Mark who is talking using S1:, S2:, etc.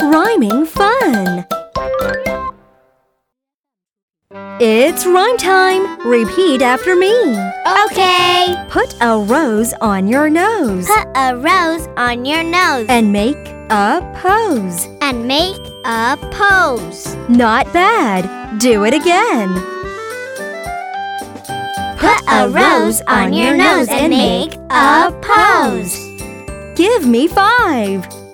S1: rhyming fun. It's rhyme time. Repeat after me.
S2: Okay.
S1: Put a rose on your nose
S2: Put a rose on your nose
S1: and make a pose.
S2: and make a pose.
S1: Not bad. Do it again.
S2: Put a rose on your nose and make a pose.
S1: Give me five.